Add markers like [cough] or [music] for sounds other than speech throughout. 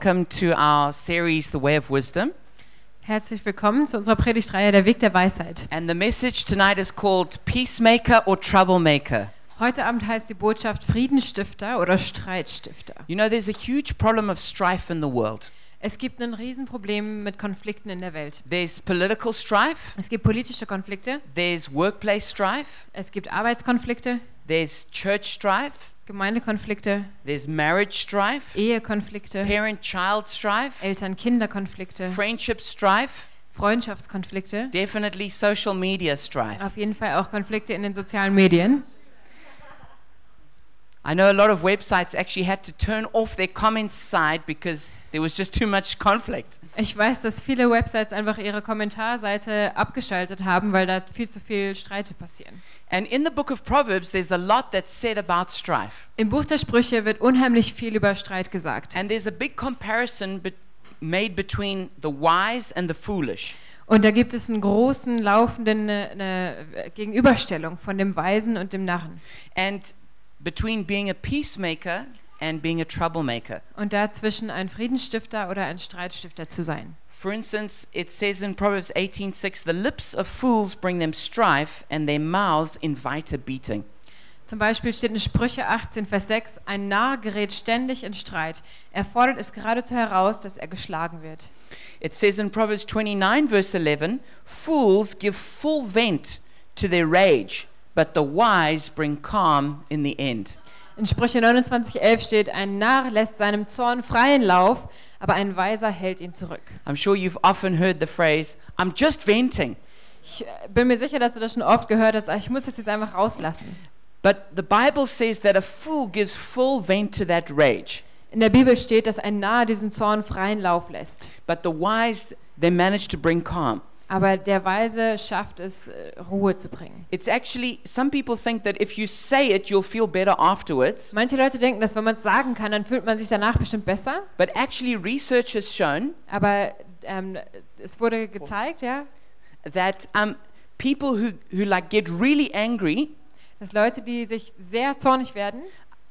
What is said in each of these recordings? Welcome to our series, The Way of Wisdom. Herzlich willkommen zu unserer Predigtreihe Der Weg der Weisheit. And the message tonight is called Peacemaker or Troublemaker. Heute Abend heißt die Botschaft Friedenstifter oder Streitstifter. You know, there's a huge problem of strife in the world. Es gibt ein Riesenproblem mit Konflikten in der Welt. There's political strife, Es gibt politische Konflikte, there's workplace strife, es gibt Arbeitskonflikte, there's church strife, Gemeindekonflikte, there's marriage strife, Ehekonflikte, parent child strife, Eltern-Kinder-Konflikte, friendship strife, Freundschaftskonflikte, definitely social media strife. auf jeden Fall auch Konflikte in den sozialen Medien. I know a lot of websites actually had to turn off their comments side because there was just too much conflict. Ich weiß, dass viele Websites einfach ihre Kommentarseite abgeschaltet haben, weil da viel zu viel Streite passieren. And in the book of Proverbs, there's a lot that's said about strife. Im Buch der Sprüche wird unheimlich viel über Streit gesagt. And there's a big comparison be- made between the wise and the foolish. Und da gibt es einen großen laufenden äh, eine Gegenüberstellung von dem Weisen und dem Narren. And between being a peacemaker and being a troublemaker. Und dazwischen ein Friedensstifter oder ein Streitstifter zu sein. For instance, it says in Proverbs 18:6, "The lips of fools bring them strife, and their mouths invite a beating." Zum Beispiel steht in Sprüche 18, Vers 6, ein Narr gerät ständig in Streit. Er fordert es geradezu heraus, dass er geschlagen wird. It says in Proverbs 29 verse 11, "Fools give full vent to their rage, but the wise bring calm in the end." In Sprüche 29, 11 steht, ein Narr lässt seinem Zorn freien Lauf, aber ein Weiser hält ihn zurück. I'm sure you've often heard the phrase, I'm just venting. Ich äh, bin mir sicher, dass du das schon oft gehört hast, aber ich muss das jetzt einfach rauslassen. But the Bible says that a fool gives full vent to that rage, In der Bibel steht, dass ein Narr diesem Zorn freien Lauf lässt. but the wise, they manage to bring calm. Aber der Weise schafft es, äh, Ruhe zu bringen. It's actually, some people think that if you say it, you'll feel better afterwards, Manche Leute denken, dass wenn man es sagen kann, dann fühlt man sich danach bestimmt besser. but actually, research has shown Aber ähm, es wurde gezeigt, ja, that um, people who, who like get really angry, dass Leute, die sich sehr zornig werden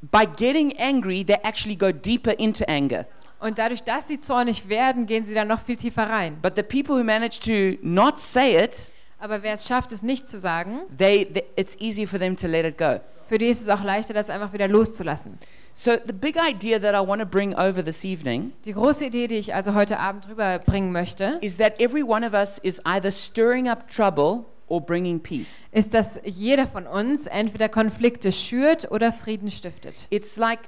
by getting angry, they actually go deeper into anger. und dadurch, dass sie zornig werden, gehen sie dann noch viel tiefer rein. But the people who manage to not say it, Aber wer es schafft, es nicht zu sagen, they, they, it's easy for them to let it go. für die ist es auch leichter, das einfach wieder loszulassen. So, the big idea that I want to bring over this evening Die große Idee, die ich also heute Abend rüberbringen möchte, is that every one of us is either stirring up trouble or bringing peace. ist, dass jeder von uns entweder Konflikte schürt oder Frieden stiftet. It's like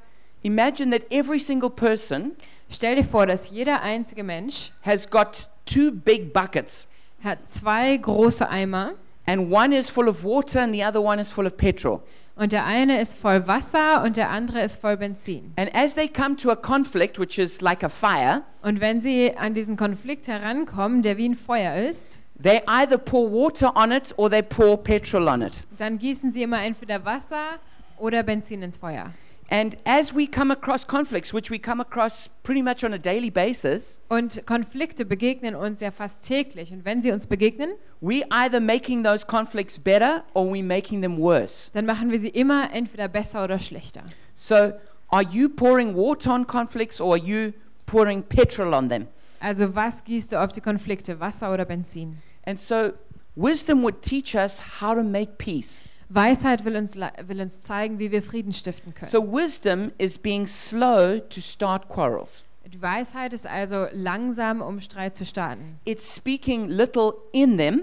imagine that every single person Stell dir vor, dass jeder einzige Mensch has got two big buckets, hat zwei große Eimer and one is full of water and the other one is full of petrol. und der eine ist voll Wasser und der andere ist voll Benzin. And as they come to a conflict, which is like a fire, Und wenn sie an diesen Konflikt herankommen, der wie ein Feuer ist, they either pour water on it or they pour petrol on it. dann gießen sie immer entweder Wasser oder Benzin ins Feuer. And as we come across conflicts, which we come across pretty much on a daily basis, Und Konflikte begegnen uns ja fast täglich. Und wenn sie uns begegnen, We either making those conflicts better or we making them worse. dann machen wir sie immer entweder besser oder schlechter. So, are you pouring water on conflicts or are you pouring petrol on them? Also was gießt du auf die Konflikte, Wasser oder Benzin? And so, wisdom would teach us how to make peace. Weisheit will uns, le- will uns zeigen, wie wir Frieden stiften können. So, wisdom is being slow to start quarrels. Die Weisheit ist also langsam, um Streit zu starten. It's speaking little in them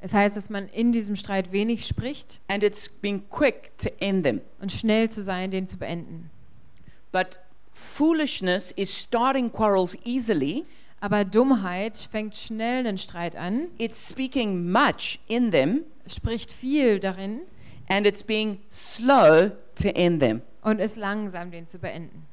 Es heißt, dass man in diesem Streit wenig spricht and it's being quick to end them. und schnell zu sein, den zu beenden. But foolishness is starting quarrels easily. Aber Dummheit fängt schnell einen Streit an, It's speaking much in them spricht viel darin and it's being slow to end them. und ist langsam, den zu beenden.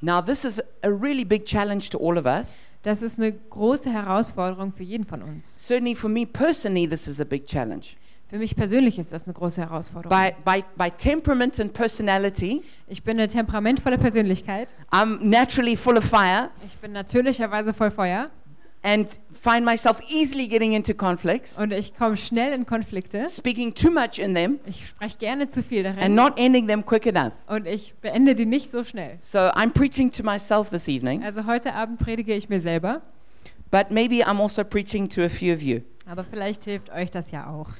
Now, this is a really big challenge to all of us. Das ist eine große Herausforderung für jeden von uns. Certainly, for me personally, this is a big challenge. Für mich persönlich ist das eine große Herausforderung. By, by, by temperament and personality, ich bin eine temperamentvolle Persönlichkeit. I'm naturally full of fire, Ich bin natürlicherweise voll Feuer. and find myself easily getting into conflicts, Und ich komme schnell in Konflikte. speaking too much in them, Ich spreche gerne zu viel and darin. not ending them quick enough. Und ich beende die nicht so schnell. So I'm preaching to myself this evening, Also heute Abend predige ich mir selber. but maybe I'm also preaching to a few of you. Aber vielleicht hilft euch das ja auch.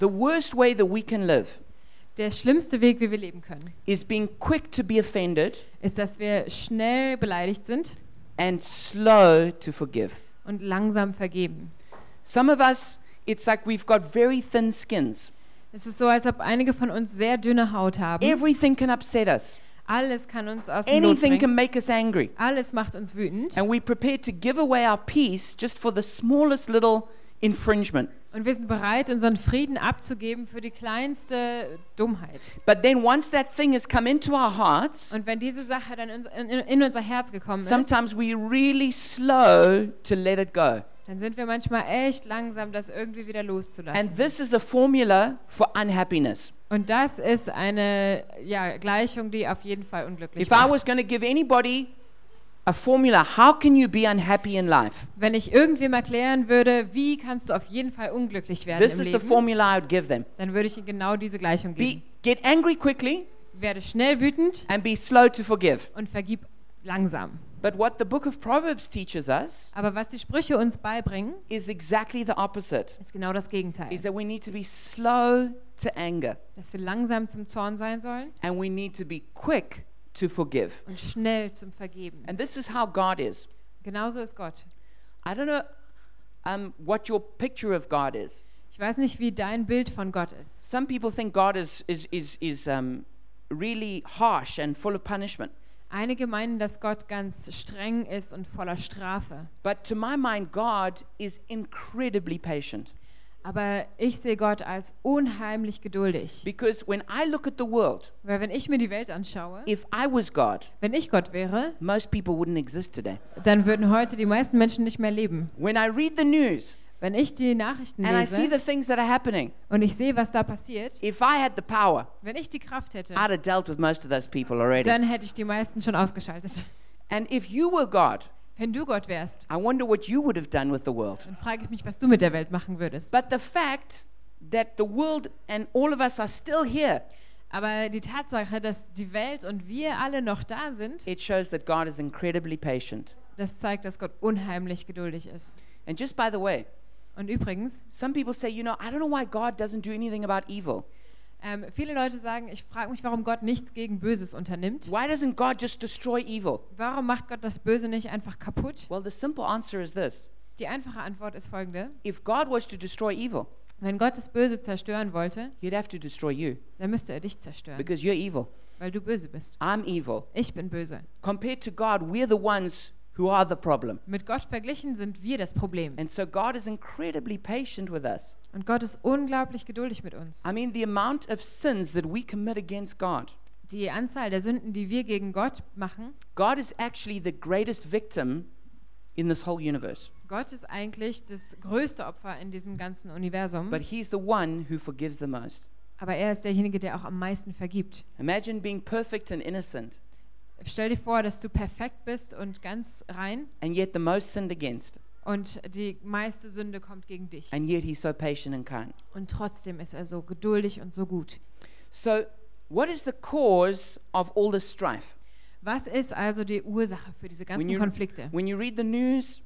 The worst way that we can live Der schlimmste Weg, wie wir leben können, is being quick to be offended ist, dass wir schnell beleidigt sind and slow to forgive. und langsam vergeben. Some of us, it's like we've got very thin skins. Es ist so, als ob einige von uns sehr dünne Haut haben. Everything can upset us, Alles kann uns aus dem Lot anything bringen. can make us angry. Alles macht uns wütend. And we're prepared to give away our peace just for the smallest little infringement. Und wir sind bereit, unseren Frieden abzugeben für die kleinste Dummheit. But then once that thing has come into our hearts, Und wenn diese Sache dann in, in, in unser Herz gekommen ist, sometimes we're really slow to let it go. dann sind wir manchmal echt langsam, das irgendwie wieder And loszulassen. this is a formula for unhappiness. Und das ist eine ja, Gleichung, die auf jeden Fall unglücklich If I macht. was going to give anybody a formula, how can you be unhappy in life? Wenn ich irgendwem erklären würde, wie kannst du auf jeden Fall unglücklich werden This im is the Leben, formula I would give them. dann würde ich ihm genau diese Gleichung Be, geben. get angry quickly Werde schnell wütend and be slow to forgive. und vergib langsam. But what the book of Proverbs teaches us Aber was die Sprüche uns beibringen, is exactly the opposite. ist genau das Gegenteil. Is that we need to be slow to anger Dass wir langsam zum Zorn sein sollen and we need to be quick to forgive. und schnell zum Vergeben. And this is how God is. Genauso ist Gott. I don't know um, what your picture of God is. Ich weiß nicht, wie dein Bild von Gott ist. Some people think God is, is, is, is um, really harsh and full of punishment. Einige meinen, dass Gott ganz streng ist und voller Strafe. But to my mind, God is incredibly patient. Aber ich sehe Gott als unheimlich geduldig. Because when I look at the world, Weil wenn ich mir die Welt anschaue, if I was God, wenn ich Gott wäre, most people wouldn't exist today. dann würden heute die meisten Menschen nicht mehr leben. When I read the news Wenn ich die Nachrichten and I see lese the things that are happening, und ich sehe, was da passiert, if I had the power, wenn ich die Kraft hätte, I'd have dealt with most of those people already. dann hätte ich die meisten schon ausgeschaltet. [laughs] And if you were God, Wenn du Gott wärst, I wonder what you would have done with the world. dann frage ich mich, was du mit der Welt machen würdest. But the fact that the world and all of us are still here, Aber die Tatsache, dass die Welt und wir alle noch da sind, it shows that God is incredibly patient. das zeigt, dass Gott unheimlich geduldig ist. And just by the way, Und übrigens, some people say, you know, I don't know why God doesn't do anything about evil. ähm, viele Leute sagen, ich frage mich, warum Gott nichts gegen Böses unternimmt. Why doesn't God just destroy evil? Warum macht Gott das Böse nicht einfach kaputt? Well, the simple answer is this Die einfache Antwort ist folgende. if God was to destroy evil, Wenn Gott das Böse zerstören wollte, he'd have to destroy you dann müsste er dich zerstören, because you're evil. weil du böse bist. I'm evil. Ich bin böse. Compared to God, we're the ones who are the problem. Mit Gott verglichen sind wir das Problem. And so God is incredibly patient with us. Und Gott ist unglaublich geduldig mit uns. I mean, the amount of sins that we commit against God, Die Anzahl der Sünden, die wir gegen Gott machen, God is actually the greatest victim in this whole universe. Gott ist eigentlich das größte Opfer in diesem ganzen Universum. But He's the one who forgives the most. Aber er ist derjenige, der auch am meisten vergibt. Imagine being perfect and innocent, Stell dir vor, dass du perfekt bist und ganz rein and yet the most sinned against, und die meiste Sünde kommt gegen dich. and yet He's so patient and kind. Und trotzdem ist er so geduldig und so gut. So, what is the cause of all this strife? Was ist also die Ursache für diese When ganzen you- Konflikte? When you read the news,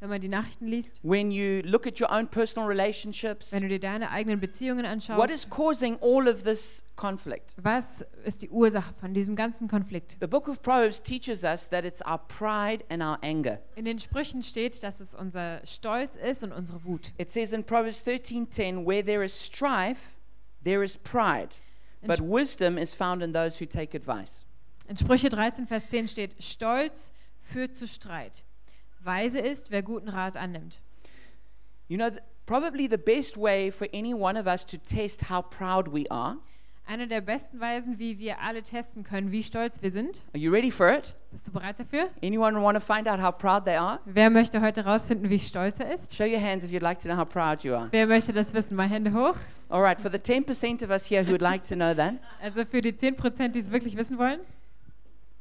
Wenn man die Nachrichten liest, when you look at your own personal relationships, wenn du dir deine eigenen Beziehungen what is anschaust, causing all of this conflict? was ist die Ursache von diesem ganzen Konflikt? The book of Proverbs teaches us that it's our pride and our anger. In den Sprüchen steht, dass es unser Stolz ist und unsere Wut. It says in Proverbs 13:10, where there is strife, there is pride, In, but Sp wisdom is found in those who take advice. in Sprüche 13, Vers 10 steht, Stolz führt zu Streit. Weise ist, wer guten Rat annimmt. You know, th- probably the best way for any one of us to test how proud we are. Eine der besten Weisen, wie wir alle testen können, wie stolz wir sind. Are you ready for it? Bist du bereit dafür? Anyone want to find out how proud they are? Wer möchte heute rausfinden, wie stolz er ist? Show your hands if you'd like to know how proud you are. Wer möchte das wissen? Mal Hände hoch. All right, for the 10% of us here who would like to know that, Also für die 10%, die es wirklich wissen wollen.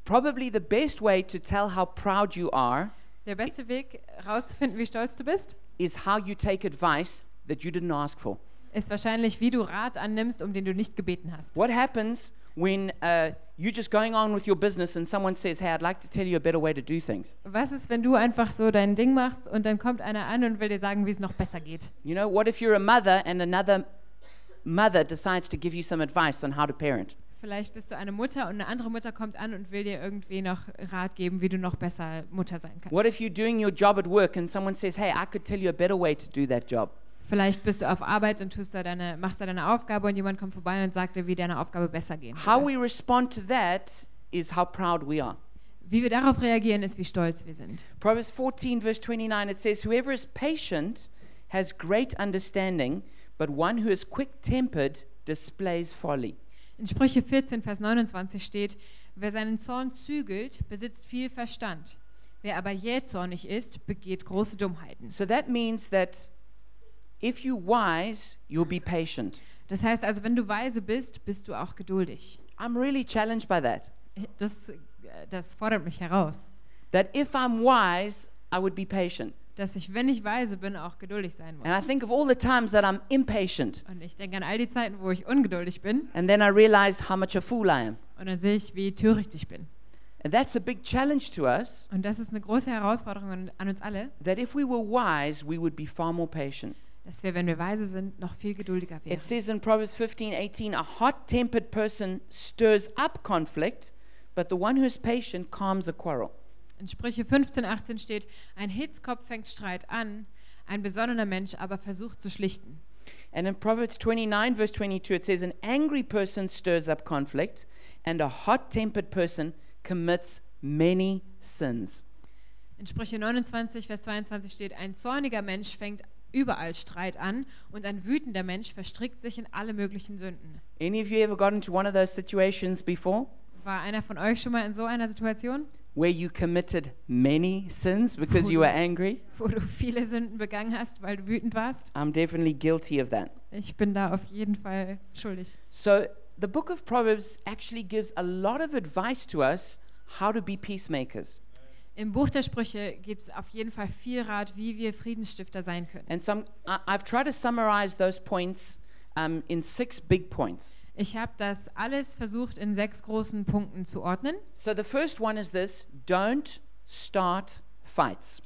Probably the best way to tell how proud you are Der beste Weg, herauszufinden, wie stolz du bist, is how you take advice that you didn't ask for. ist wahrscheinlich, wie du Rat annimmst, um den du nicht gebeten hast. What happens when uh, you're just going on with your business and someone says, Hey, I'd like to tell you a better way to do things? Was ist, wenn du einfach so dein Ding machst und dann kommt einer an und will dir sagen, wie es noch besser geht? You know, what if you're a mother and another mother decides to give you some advice on how to parent? Vielleicht bist du eine Mutter und eine andere Mutter kommt an und will dir irgendwie noch Rat geben, wie du noch besser Mutter sein kannst. What if you're doing your job at work and someone says, Hey, I could tell you a better way to do that job? Vielleicht bist du auf Arbeit und tust da deine, machst da deine Aufgabe und jemand kommt vorbei und sagt dir, wie deine Aufgabe besser gehen How würde. we respond to that is how proud we are. Wie wir darauf reagieren, ist, wie stolz wir sind. Proverbs 14, verse 29, it says, Whoever is patient has great understanding, but one who is quick tempered displays folly. In Sprüche 14, Vers 29 steht, wer seinen Zorn zügelt, besitzt viel Verstand. Wer aber jähzornig ist, begeht große Dummheiten. So that means that if you're wise, you'll be patient. Das heißt also, wenn du weise bist, bist du auch geduldig. I'm really challenged by that. Das, äh, das fordert mich heraus, That if I'm wise, I would be patient. dass ich, wenn ich weise bin, auch geduldig sein muss. And I think of all the times that I'm impatient, Und ich denke an all die Zeiten, wo ich ungeduldig bin and then I realize how much a fool I am. und dann sehe ich, wie töricht ich bin. And that's a big challenge to us Und das ist eine große Herausforderung an- an uns alle, that if we were wise, we would be far more patient. dass wir, wenn wir weise sind, noch viel geduldiger It werden. says in Proverbs 15 18, a hot tempered person stirs up conflict, but the one who is patient calms a quarrel. In Sprüche 15, 18 steht, ein Hitzkopf fängt Streit an, ein besonnener Mensch aber versucht zu schlichten. And in Proverbs 29, verse 22, it says, An angry person stirs up conflict, and a hot tempered person commits many sins. In Sprüche 29, Vers 22 steht, ein zorniger Mensch fängt überall Streit an und ein wütender Mensch verstrickt sich in alle möglichen Sünden. Any of you ever got into one of those situations before War einer von euch schon mal in so einer Situation, where you committed many sins because you were angry? wo du viele Sünden begangen hast, weil du wütend warst? I'm definitely guilty of that. Ich bin da auf jeden Fall schuldig. So the book of Proverbs actually gives a lot of advice to us how to be peacemakers. Im Buch der Sprüche gibt es auf jeden Fall viel Rat, wie wir Friedensstifter sein können. And some, I, I've tried to summarize those points um, in six big points. Ich habe das alles versucht, in sechs großen Punkten zu ordnen. So the first one is this don't start fights.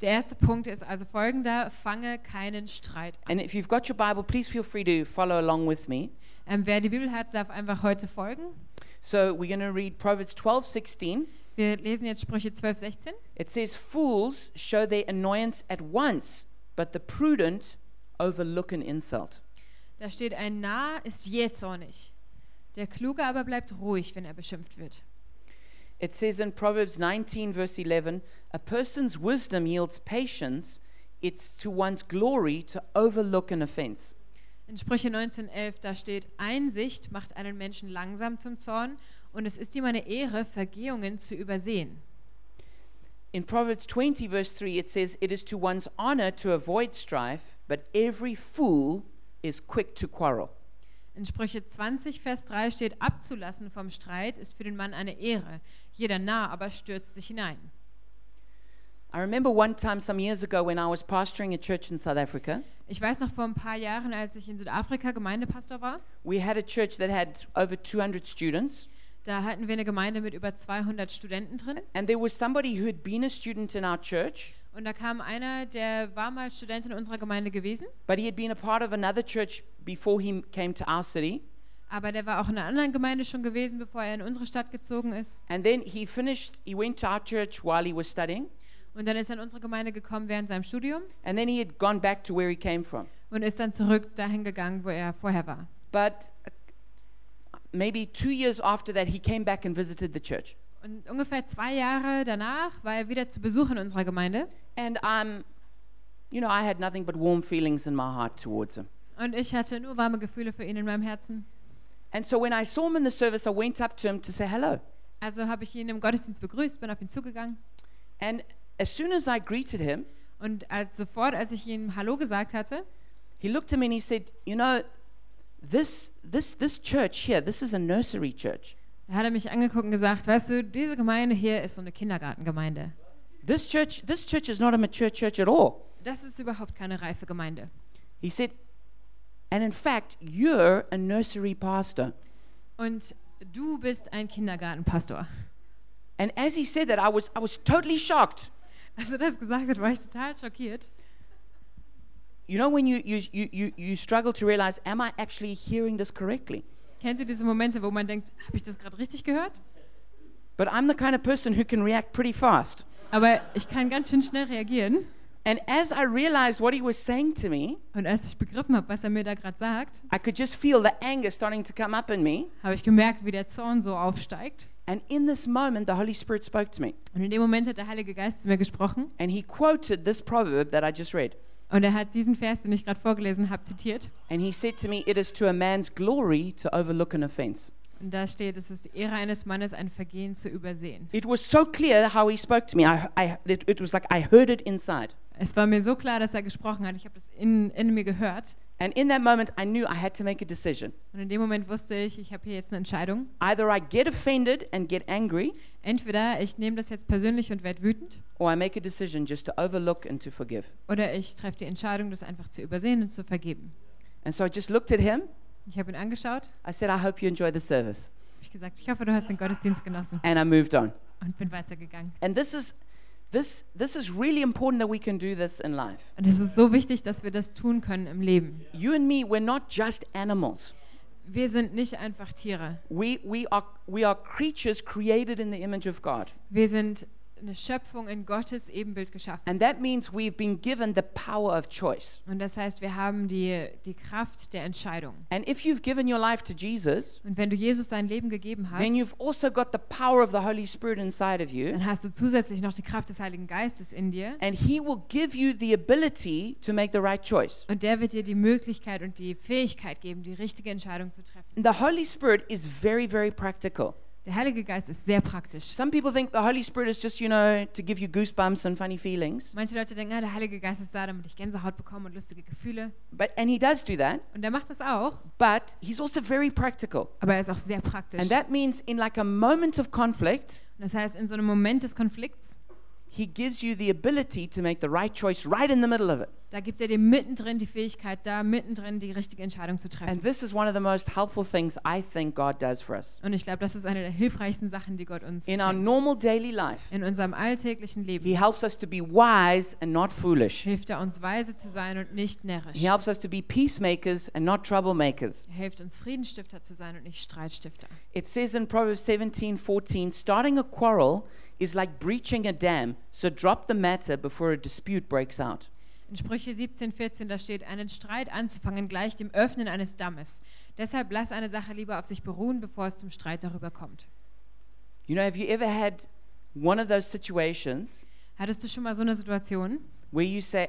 Der erste Punkt ist also folgender: Fange keinen Streit an. And if you've got your Bible, please feel free to follow along with me. Ähm, wer die Bibel hat, darf einfach heute folgen. So we're going to read Proverbs 12 16. Wir lesen jetzt Sprüche 12, 16. It says, Fools show their annoyance at once, but the prudent overlook an insult. Da steht: Ein Narr ist jähzornig. Der Kluge aber bleibt ruhig, wenn er beschimpft wird. It says in Proverbs 19, verse 11, a person's wisdom yields patience. It's to one's glory to overlook an offense. In Sprüche 19, 11, da steht: Einsicht macht einen Menschen langsam zum Zorn und es ist ihm eine Ehre, Vergehungen zu übersehen. In Proverbs 20, verse 3, it says, It is to one's honor to avoid strife, but every fool is quick to quarrel. In Sprüche 20, Vers 3 steht, abzulassen vom Streit ist für den Mann eine Ehre. Jeder Narr aber stürzt sich hinein. I remember one time some years ago when I was pastoring a church in South Africa, Ich weiß noch vor ein paar Jahren, als ich in Südafrika Gemeindepastor war, we had a church that had over 200 students. da hatten wir eine Gemeinde mit über 200 Studenten drin. And there was somebody who had been a student in our church, Und da kam einer, der war mal Student in unserer Gemeinde gewesen, but he had been a part of another church before he came to our city. aber der war auch in einer anderen Gemeinde schon gewesen, bevor er in unsere Stadt gezogen ist. And then he finished, he went to our church while he was studying, Und dann ist er in unsere Gemeinde gekommen während seinem Studium and then he had gone back to where he came from. und ist dann zurück dahin gegangen, wo er vorher war. But uh, maybe two years after that, he came back and visited the church. Und ungefähr zwei Jahre danach war er wieder zu Besuch in unserer Gemeinde. And I'm, you know, I had nothing but warm feelings in my heart towards him. Und ich hatte nur warme Gefühle für ihn in meinem Herzen. And so when I saw him in the service, I went up to him to say hello. Also habe ich ihn im Gottesdienst begrüßt, bin auf ihn zugegangen. And as soon as I greeted him, Und als sofort, als ich ihm Hallo gesagt hatte, he looked at me and he said, You know, this, this, this church here, this is a nursery church. Da hat er mich angeguckt und gesagt, weißt du, diese Gemeinde hier ist so eine Kindergartengemeinde. This church, this church is not a mature church at all. Das ist überhaupt keine reife Gemeinde. He said, and in fact, you're a nursery pastor. Und du bist ein Kindergartenpastor. And as he said that, I was, I was totally shocked. Als er das gesagt hat, war ich total schockiert. You know, when you, you, you, you, you struggle to realize, am I actually hearing this correctly? Kennt ihr diese Momente, wo man denkt, habe ich das gerade richtig gehört? But I'm the kind of person who can react pretty fast. Aber ich kann ganz schön schnell reagieren. And as I realized what he was saying to me, Und als ich begriffen habe, was er mir da gerade sagt, I could just feel the anger starting to come up in me. habe ich gemerkt, wie der Zorn so aufsteigt. And in this moment, the Holy Spirit spoke to me. Und in dem Moment hat der Heilige Geist zu mir gesprochen And he quoted this proverb that I just read. und er hat diesen Vers, den ich gerade vorgelesen habe, zitiert. And he said to me, It is to a man's glory to overlook an offense. Und da steht, es ist die Ehre eines Mannes, ein Vergehen zu übersehen. It was so clear how he spoke to me. I, I, it, it was like I heard it inside. Es war mir so klar, dass er gesprochen hat. Ich habe das in, in mir gehört. And in that moment, I knew I had to make a decision. Und in dem Moment wusste ich, ich habe hier jetzt eine Entscheidung. Either I get offended and get angry, Entweder ich nehme das jetzt persönlich und werde wütend, or I make a decision just to overlook and to forgive. oder ich treffe die Entscheidung, das einfach zu übersehen und zu vergeben. And so I just looked at him. Ich habe ihn angeschaut, I said, I hope you enjoy the service. habe ich gesagt, ich hoffe, du hast den Gottesdienst genossen And I moved on. und bin weitergegangen. And this is, this, this is really important that we can do this in life. Und es ist so wichtig, dass wir das tun können im Leben. You and me, we're not just animals. Wir sind nicht einfach Tiere. We, we, are, we are creatures created in the image of God. Wir sind eine Schöpfung in Gottes Ebenbild geschaffen. And that means we've been given the power of choice. Und das heißt, wir haben die, die Kraft der Entscheidung. And if you've given your life to Jesus, Und wenn du Jesus dein Leben gegeben hast, then you've also got the power of the Holy Spirit inside of you. dann hast du zusätzlich noch die Kraft des Heiligen Geistes in dir. And He will give you the ability to make the right choice. Und der wird dir die Möglichkeit und die Fähigkeit geben, die richtige Entscheidung zu treffen. And the Holy Spirit is very, very practical. Der Heilige Geist ist sehr praktisch. Some people think the Holy Spirit is just, you know, to give you goosebumps and funny feelings. Manche Leute denken, ah, der Heilige Geist ist da, damit ich Gänsehaut bekomme und lustige Gefühle. But, and He does do that, Und er macht das auch, but He's also very practical. aber er ist auch sehr praktisch. And that means in like a moment of conflict, Das heißt, in so einem Moment des Konflikts, He gives you the ability to make the right choice right in the middle of it. da gibt er dir mittendrin die Fähigkeit, da mittendrin die richtige Entscheidung zu And treffen. this is one of the most helpful things I think God does for us. Und ich glaube, das ist eine der hilfreichsten Sachen, die Gott uns In our schenkt. normal daily life, in unserem alltäglichen He Leben. helps us to be wise and not foolish. Hilft er uns, weise zu sein und nicht närrisch. He helps us to be peacemakers and not troublemakers. Er hilft uns, Friedensstifter zu sein und nicht Streitstifter. It says in Proverbs 17:14, starting a quarrel is like breaching a dam, so drop the matter before a dispute breaks out. In Sprüche 17, 14, da steht, einen Streit anzufangen gleich dem Öffnen eines Dammes. Deshalb lass eine Sache lieber auf sich beruhen, bevor es zum Streit darüber kommt. You know, have you ever had one of those situations Hattest du schon mal so eine Situation, where you say,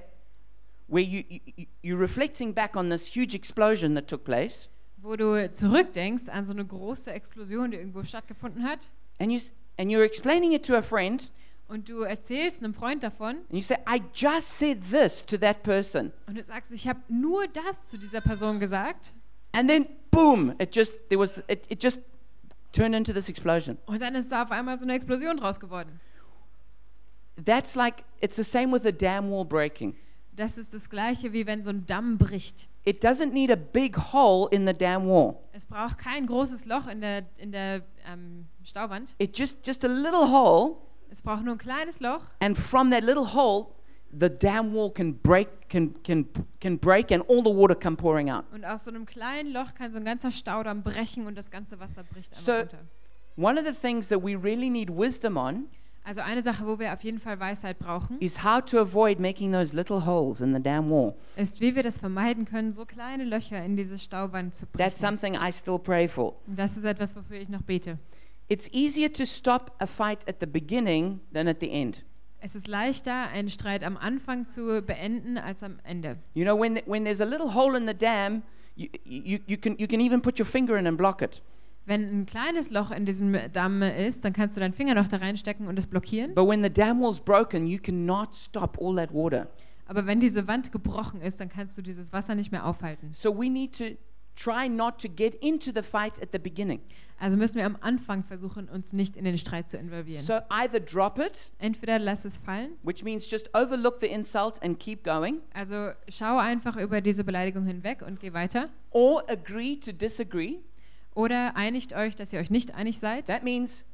where you, you, you- you're reflecting back on this huge explosion that took place, wo du zurückdenkst an so eine große Explosion, die irgendwo stattgefunden hat and you s- and you're explaining it to a friend, und du erzählst einem Freund davon and you say, "I just said this to that person," und du sagst, ich habe nur das zu dieser Person gesagt and then boom, it just there was it, it just turned into this explosion. und dann ist da auf einmal so eine Explosion draus geworden. That's like it's the same with a dam wall breaking. Das ist das gleiche, wie wenn so ein Damm bricht. It doesn't need a big hole in the dam wall. Es braucht kein großes Loch in der, in der ähm, Stauwand. It just just a little hole, Es braucht nur ein kleines Loch and from that little hole, the dam wall can break can can can break, and all the water come pouring out. Und aus so einem kleinen Loch kann so ein ganzer Staudamm brechen und das ganze Wasser bricht einmal So- runter. One of the things that we really need wisdom on Also eine Sache, wo wir auf jeden Fall Weisheit brauchen, is how to avoid making those little holes in the dam wall. ist, wie wir das vermeiden können, so kleine Löcher in diese Stauwand zu That's brechen. something I still pray for. Und das ist etwas, wofür ich noch bete. It's easier to stop a fight at the beginning than at the end. Es ist leichter, einen Streit am Anfang zu beenden als am Ende. You know, when, when there's a little hole in the dam, you, you, you, can, you can even put your finger in and block it. Wenn ein kleines Loch in diesem Damm ist, dann kannst du deinen Finger noch da reinstecken und es blockieren. But when the dam wall's broken, you cannot stop all that water. Aber wenn diese Wand gebrochen ist, dann kannst du dieses Wasser nicht mehr aufhalten. So we need to try not to get into the fight at the beginning. Also müssen wir am Anfang versuchen, uns nicht in den Streit zu involvieren. So either drop it, Entweder lass es fallen, which means just overlook the insult and keep going, also schau einfach über diese Beleidigung hinweg und geh weiter. or agree to disagree. Oder einigt euch, dass ihr euch nicht einig seid. That means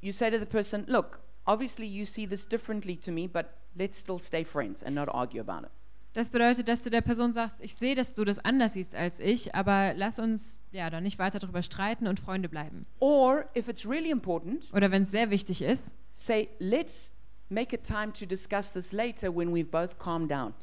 you say to the person, look, obviously you see this differently to me, but let's still stay friends and not argue about it. Das bedeutet, dass du der Person sagst, ich sehe, dass du das anders siehst als ich, aber lass uns ja dann nicht weiter darüber streiten und Freunde bleiben. Or if it's really important, Oder wenn es sehr wichtig ist, say, let's make a time to discuss this later when we've both calmed down.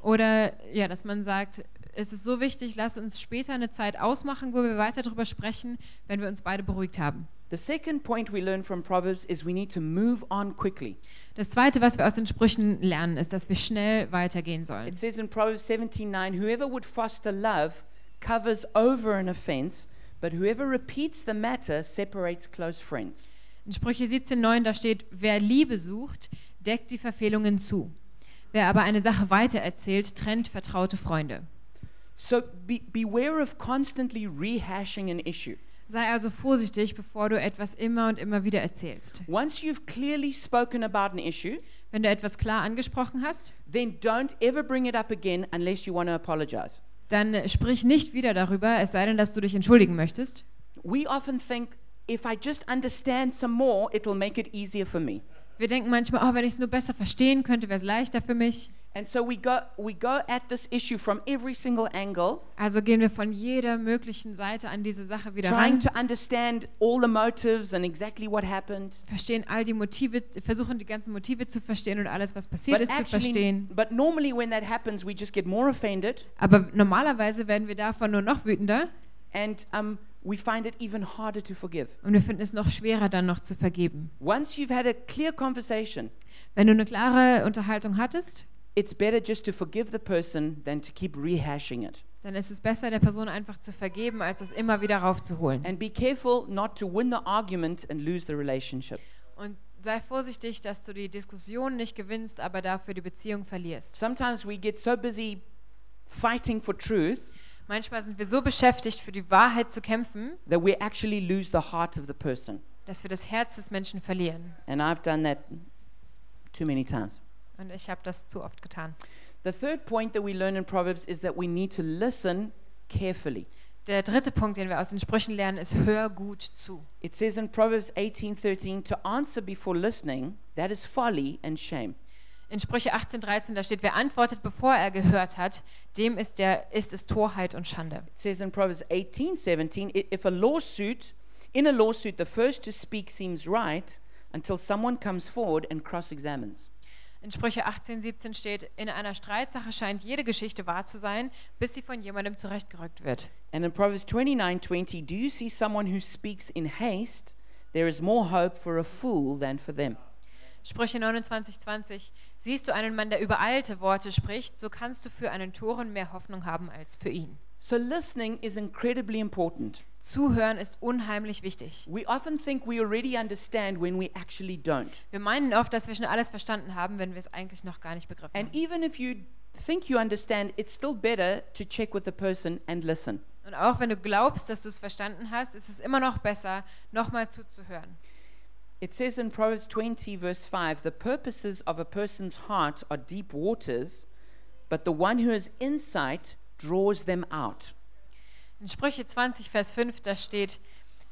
Oder ja, dass man sagt, es ist so wichtig, lass uns später eine Zeit ausmachen, wo wir weiter darüber sprechen, wenn wir uns beide beruhigt haben. The second point we learn from Proverbs is we need to move on quickly. Das Zweite, was wir aus den Sprüchen lernen, ist, dass wir schnell weitergehen sollen. It says in Proverbs 17:9, whoever would foster love covers over an offense, but whoever repeats the matter separates close friends. In Sprüche 17,9, da steht, wer Liebe sucht, deckt die Verfehlungen zu. Wer aber eine Sache weitererzählt, trennt vertraute Freunde. So be, beware of constantly rehashing an issue. Sei also vorsichtig, bevor du etwas immer und immer wieder erzählst. Once you've clearly spoken about an issue, Wenn du etwas klar angesprochen hast, then don't ever bring it up again unless you want to apologize. dann äh, sprich nicht wieder darüber, es sei denn, dass du dich entschuldigen möchtest. We often think if I just understand some more, it'll make it easier for me. Wir denken manchmal, oh, wenn ich es nur besser verstehen könnte, wäre es leichter für mich. And so we go we go at this issue from every single angle, Also gehen wir von jeder möglichen Seite an diese Sache wieder trying ran, to understand all the motives and exactly what happened. verstehen all die Motive, versuchen die ganzen Motive zu verstehen und alles, was passiert But ist, zu actually, verstehen. but normally when that happens, we just get more offended, Aber normalerweise werden wir davon nur noch wütender and um, we find it even harder to forgive. und wir finden es noch schwerer, dann noch zu vergeben. Once you've had a clear conversation, Wenn du eine klare Unterhaltung hattest, it's better just to forgive the person than to keep rehashing it. dann ist es besser, der Person einfach zu vergeben, als es immer wieder raufzuholen. And be careful not to win the argument and lose the relationship. Und sei vorsichtig, dass du die Diskussion nicht gewinnst, aber dafür die Beziehung verlierst. Sometimes we get so busy fighting for truth Manchmal sind wir so beschäftigt, für die Wahrheit zu kämpfen, that we actually lose the heart of the person. dass wir das Herz des Menschen verlieren. And I've done that too many times. Und ich habe das zu oft getan. The third point that we learn in Proverbs is that we need to listen carefully. Der dritte Punkt, den wir aus den Sprüchen lernen, ist, hör gut zu. It says in Proverbs 18:13 to answer before listening that is folly and shame. In Sprüche 18,13, da steht, wer antwortet, bevor er gehört hat, dem ist, der, ist es Torheit und Schande. It says in Proverbs 18:17 "I- if a lawsuit in a lawsuit the first to speak seems right until someone comes forward and cross-examines. In Sprüche 18,17 steht, in einer Streitsache scheint jede Geschichte wahr zu sein, bis sie von jemandem zurechtgerückt wird. And in Proverbs 29:20 do you see someone who speaks in haste there is more hope for a fool than for them. Sprüche 29, 20. Siehst du einen Mann, der übereilte Worte spricht, so kannst du für einen Toren mehr Hoffnung haben als für ihn. So listening is incredibly important. Zuhören ist unheimlich wichtig. We often think we already understand when we actually don't. Wir meinen oft, dass wir schon alles verstanden haben, wenn wir es eigentlich noch gar nicht begriffen And haben. even if you think you understand, it's still better to check with the person and listen. Und auch wenn du glaubst, dass du es verstanden hast, ist es immer noch besser, nochmal zuzuhören. It says in Proverbs 20, verse 5 the purposes of a person's heart are deep waters, but the one who has insight draws them out. In Sprüche 20, Vers 5, da steht,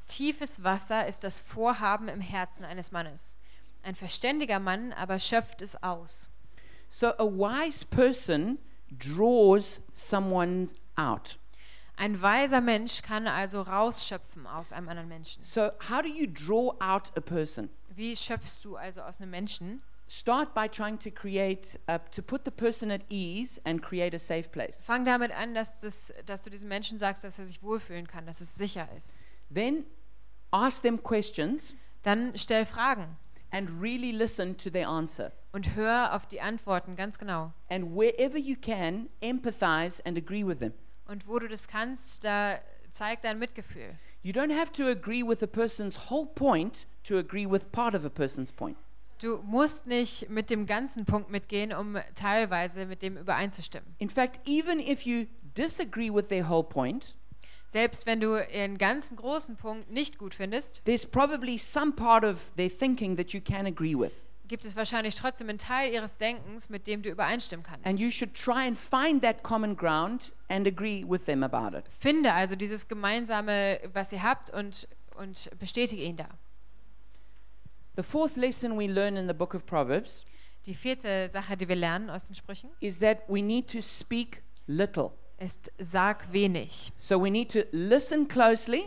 tiefes Wasser ist das Vorhaben im Herzen eines Mannes. Ein verständiger Mann aber schöpft es aus. So a wise person draws someone out. Ein weiser Mensch kann also rausschöpfen aus einem anderen Menschen. So, how do you draw out a person? Wie schöpfst du also aus einem Menschen? Start by trying to create, uh, to put the person at ease and create a safe place. Fang damit an, dass, das, dass du diesem Menschen sagst, dass er sich wohlfühlen kann, dass es sicher ist. Then ask them questions Dann stell Fragen and really listen to their answer. und hör auf die Antworten ganz genau. And wherever you can, empathize and agree with them. Und wo du das kannst, da zeig dein Mitgefühl. You don't have to agree with a person's whole point to agree with part of a person's point. Du musst nicht mit dem ganzen Punkt mitgehen, um teilweise mit dem übereinzustimmen. In fact, even if you disagree with their whole point, Selbst wenn du ihren ganzen großen Punkt nicht gut findest, there's probably some part of their thinking that you can agree with. gibt es wahrscheinlich trotzdem einen Teil ihres Denkens, mit dem du übereinstimmen kannst. And you should try and find that common ground and agree with them about it. Finde also dieses gemeinsame, was ihr habt und, und bestätige ihn da. The fourth lesson we learn in the book of Proverbs Die vierte Sache, die wir lernen aus den Sprüchen, is that we need to speak little. ist sag wenig. So we need to listen closely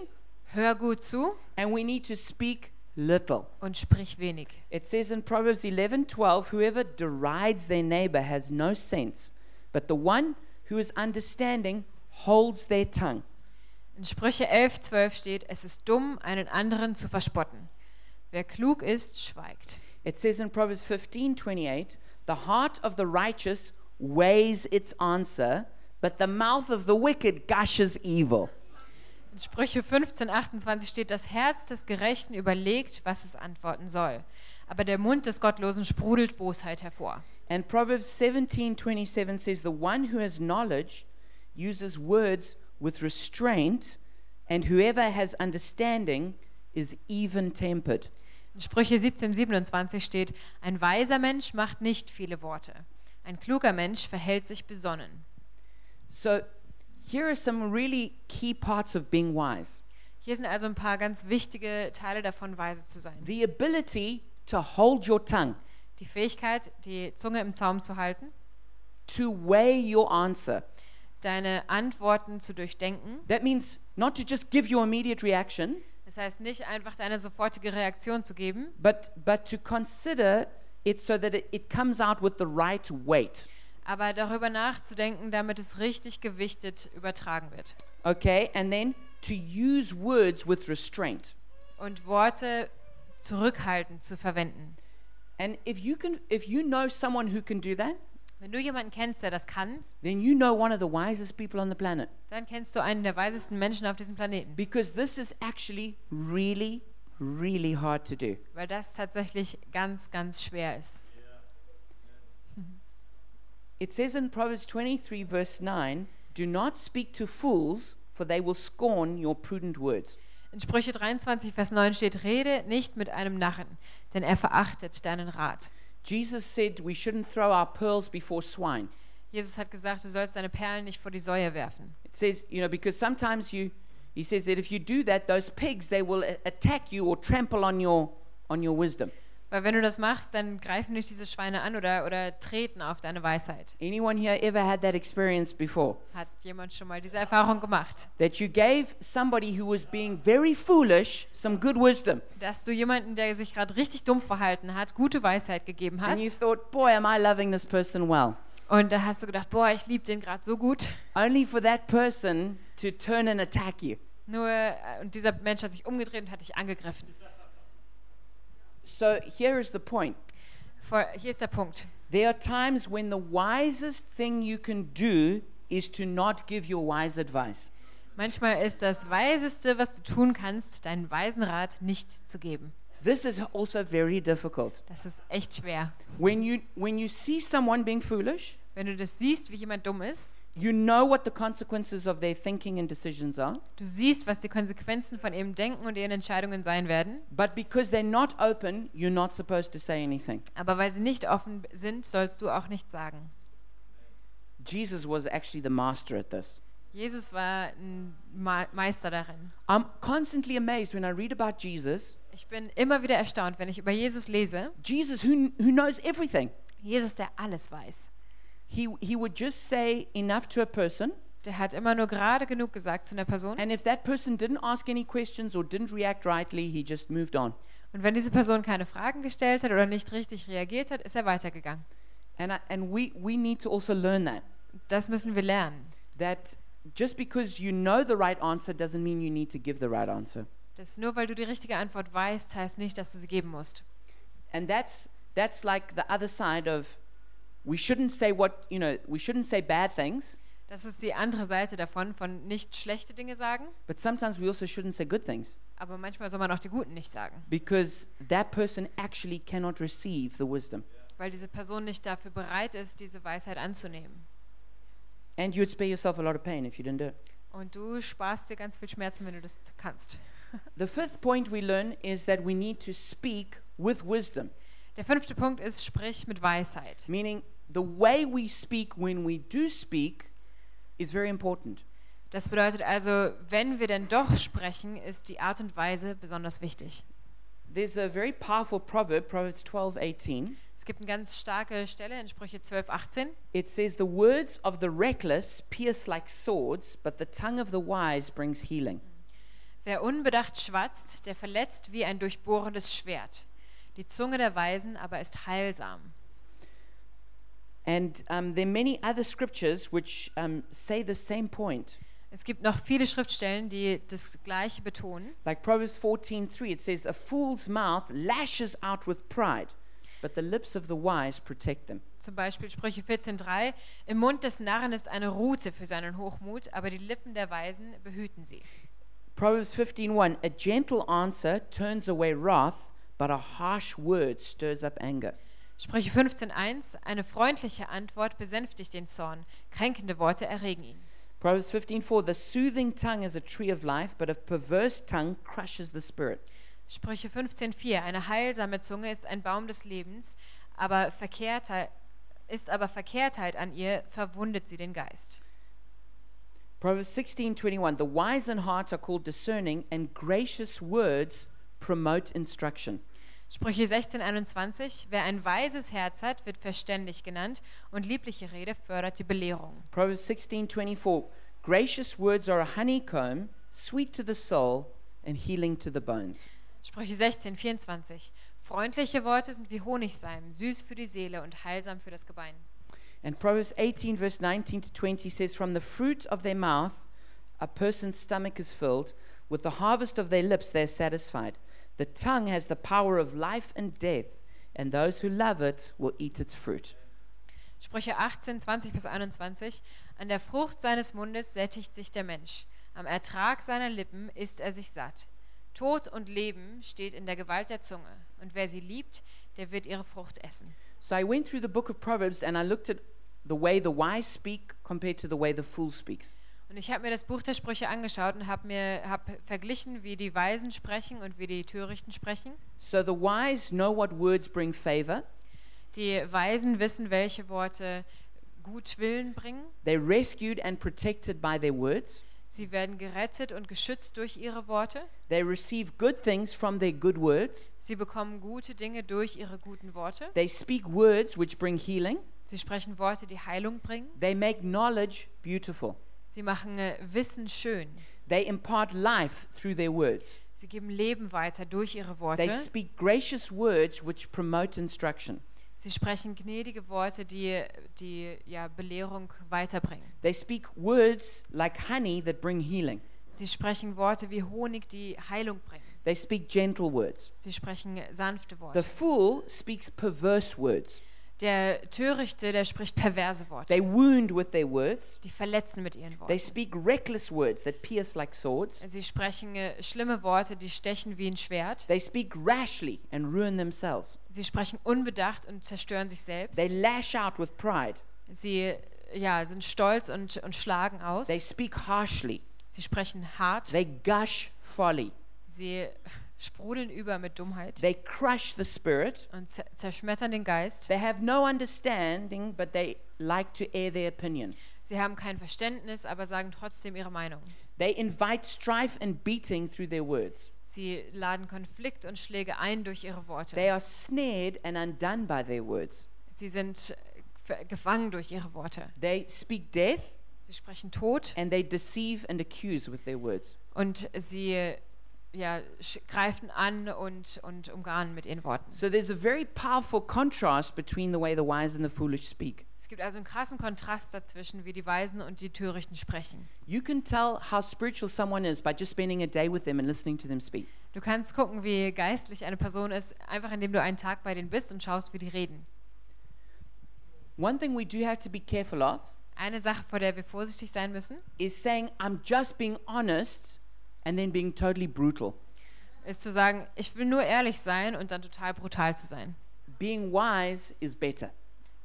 Hör gut zu and we need to speak little. und sprich wenig. It says in Proverbs 11:12, whoever derides their neighbor has no sense, but the one who is understanding holds their tongue. In Sprüche 11, 12 steht, es ist dumm, einen anderen zu verspotten. Wer klug ist, schweigt. It says in Proverbs 15:28, the heart of the righteous weighs its answer, but the mouth of the wicked gushes evil. In Sprüche 15, 28 steht, das Herz des Gerechten überlegt, was es antworten soll. Aber der Mund des Gottlosen sprudelt Bosheit hervor. And Proverbs 17:27 says, the one who has knowledge uses words with restraint, and whoever has understanding is even tempered. In Sprüche 17, 27 steht, ein weiser Mensch macht nicht viele Worte. Ein kluger Mensch verhält sich besonnen. So here are some really key parts of being wise. Hier sind also ein paar ganz wichtige Teile davon, weise zu sein. The ability to hold your tongue, Die Fähigkeit, die Zunge im Zaum zu halten, to weigh your answer. deine Antworten zu durchdenken. That means not to just give your immediate reaction, Das heißt, nicht einfach deine sofortige Reaktion zu geben, but but to consider it so that it, it comes out with the right weight. aber darüber nachzudenken, damit es richtig gewichtet übertragen wird. Okay? And then to use words with restraint. Und Worte zurückhaltend zu verwenden. And if you can if you know someone who can do that, Wenn du jemanden kennst, der das kann, then you know one of the wisest people on the planet dann kennst du einen der weisesten Menschen auf diesem Planeten. because this is actually really really hard to do. Weil das tatsächlich ganz, ganz schwer ist. It says in Proverbs 23, verse 9, Do not speak to fools, for they will scorn your prudent words. In Sprüche 23, Vers 9 steht, rede nicht mit einem Narren, denn er verachtet deinen Rat. Jesus said we shouldn't throw our pearls before swine. Jesus hat gesagt, du sollst deine Perlen nicht vor die Säue werfen. It says, you know, because sometimes you, he says that if you do that, those pigs, they will a- attack you or trample on your, on your wisdom. Weil wenn du das machst, dann greifen dich diese Schweine an oder, oder treten auf deine Weisheit. Anyone here ever had that experience before? Hat jemand schon mal diese Erfahrung gemacht? That you gave somebody who was being very foolish some good wisdom. Dass du jemanden, der sich gerade richtig dumm verhalten hat, gute Weisheit gegeben And you hast. thought, boy, am I loving this person well. Und da hast du gedacht, boah, ich liebe den gerade so gut. Only for that person to turn and attack you. Nur, äh, und dieser Mensch hat sich umgedreht und hat dich angegriffen. So here is the point. Vor, hier ist der Punkt. There are times when the wisest thing you can do is to not give your wise advice. Manchmal ist das Weiseste, was du tun kannst, deinen weisen Rat nicht zu geben. This is also very difficult. Das ist echt schwer. When you when you see someone being foolish, Wenn du das siehst, wie jemand dumm ist, you know what the consequences of their thinking and decisions are, du siehst, was die Konsequenzen von ihrem Denken und ihren Entscheidungen sein werden, but because they're not open, you're not supposed to say anything. aber weil sie nicht offen sind, sollst du auch nichts sagen. Jesus was actually the master at this. Jesus war ein Ma Meister darin. I'm constantly amazed when I read about Jesus. Ich bin immer wieder erstaunt, wenn ich über Jesus lese. Jesus who who knows everything. Jesus, der alles weiß. He he would just say enough to a person Der hat immer nur gerade genug gesagt zu einer Person. And if that person didn't ask any questions or didn't react rightly, he just moved on. Und wenn diese Person keine Fragen gestellt hat oder nicht richtig reagiert hat, ist er weitergegangen. And, I, and we, we need to also learn that. Das müssen wir lernen. That just because you know the right answer doesn't mean you need to give the right answer. Das nur weil du die richtige Antwort weißt, heißt nicht, dass du sie geben musst. And that's, that's like the other side of we shouldn't say what, you know, we shouldn't say bad things, Das ist die andere Seite davon, von nicht schlechte Dinge sagen, but sometimes we also shouldn't say good things aber manchmal soll man auch die guten nicht sagen, because that person actually cannot receive the wisdom. weil diese Person nicht dafür bereit ist, diese Weisheit anzunehmen. And you'd spare yourself a lot of pain if you didn't do it. Und du sparst dir ganz viel Schmerzen, wenn du das kannst. The fifth point we learn is that we need to speak with wisdom, Der fünfte Punkt ist, sprich mit Weisheit. meaning the way we speak when we do speak is very important. Das bedeutet also, wenn wir denn doch sprechen, ist die Art und Weise besonders wichtig. There's a very powerful proverb, Proverbs 12:18. Es gibt eine ganz starke Stelle in Sprüche 12, 18. It says, The words of the reckless pierce like swords, but the tongue of the wise brings healing. Wer unbedacht schwatzt, der verletzt wie ein durchbohrendes Schwert. Die Zunge der Weisen aber ist heilsam. And um, there are many other scriptures which um, say the same point. Es gibt noch viele Schriftstellen, die das Gleiche betonen. Like Proverbs 14:3, it says, "A fool's mouth lashes out with pride, but the lips of the wise protect them." Zum Beispiel Sprüche 14,3. Im Mund des Narren ist eine Rute für seinen Hochmut, aber die Lippen der Weisen behüten sie. Proverbs 15:1, "A gentle answer turns away wrath, but a harsh word stirs up anger." Sprüche 15,1. Eine freundliche Antwort besänftigt den Zorn. Kränkende Worte erregen ihn. Proverbs 15:4, "The soothing tongue is a tree of life, but a perverse tongue crushes the spirit." Sprüche 15,4. Eine heilsame Zunge ist ein Baum des Lebens, aber Verkehrtheit, ist aber Verkehrtheit an ihr, verwundet sie den Geist. Proverbs 16:21, "The wise in heart are called discerning, and gracious words promote instruction." Sprüche 16,21. Wer ein weises Herz hat, wird verständig genannt und liebliche Rede fördert die Belehrung. Proverbs 16:24 Gracious words are a honeycomb, sweet to the soul and healing to the bones. Sprüche 16,24. Freundliche Worte sind wie Honigseim, süß für die Seele und heilsam für das Gebein. And Proverbs 18 verse 19 to 20 says from the fruit of their mouth a person's stomach is filled, with the harvest of their lips they are satisfied. The tongue has the power of life and death, and those who love it will eat its fruit. Sprüche 18, 20 bis 21. An der Frucht seines Mundes sättigt sich der Mensch. Am Ertrag seiner Lippen isst er sich satt. Tod und Leben steht in der Gewalt der Zunge. Und wer sie liebt, der wird ihre Frucht essen. So I went through the book of Proverbs and I looked at the way the wise speak compared to the way the fool speaks. Und ich habe mir das Buch der Sprüche angeschaut und habe mir hab verglichen, wie die Weisen sprechen und wie die Törichten sprechen. So the wise know what words bring favor. Die Weisen wissen, welche Worte Gutwillen bringen. They're rescued and protected by their words. Sie werden gerettet und geschützt durch ihre Worte. They receive good things from their good words. Sie bekommen gute Dinge durch ihre guten Worte. They speak words which bring healing. Sie sprechen Worte, die Heilung bringen. They make knowledge beautiful. Sie machen äh, Wissen schön. They impart life through their words. Sie geben Leben weiter durch ihre They Worte. speak gracious words which promote instruction. Sie sprechen gnädige Worte, die die ja, Belehrung weiterbringen. They speak words like honey that bring healing. Sie sprechen Worte wie Honig, die Heilung bringen. They speak gentle words. Sie sprechen äh, sanfte The Worte. fool speaks perverse words. Der Törichte, der spricht perverse They Worte. wound with their words. Die verletzen mit ihren They Worten. speak reckless words that pierce like swords. Sie sprechen äh, schlimme Worte, die stechen wie ein Schwert. They speak rashly and ruin themselves. Sie sprechen unbedacht und zerstören sich selbst. They lash out with pride. Sie äh, ja, sind stolz und, und schlagen aus. They speak harshly. Sie sprechen hart. They gush folly. Sie sprudeln über mit Dummheit They crush the spirit. und zer- zerschmettern den Geist. They have no understanding, but they like to air their opinion. Sie haben kein Verständnis, aber sagen trotzdem ihre Meinung. They invite strife and beating through their words. Sie laden Konflikt und Schläge ein durch ihre Worte. They are snared and undone by their words. Sie sind äh, ver- gefangen durch ihre Worte. They speak death Sie sprechen tot and they deceive and accuse with their words. und sie ja, sch- greifen an und, und umgarnen mit ihren Worten. So there's a very powerful contrast between the way the wise and the foolish speak. Es gibt also einen krassen Kontrast dazwischen, wie die Weisen und die Törichten sprechen. You can tell how spiritual someone is by just spending a day with them and listening to them speak. Du kannst gucken, wie geistlich eine Person ist, einfach indem du einen Tag bei denen bist und schaust, wie die reden. One thing we do have to be careful of Eine Sache, vor der wir vorsichtig sein müssen, is saying, I'm just being honest and then being totally brutal. ist zu sagen, ich will nur ehrlich sein und dann total brutal zu sein. Being wise is better.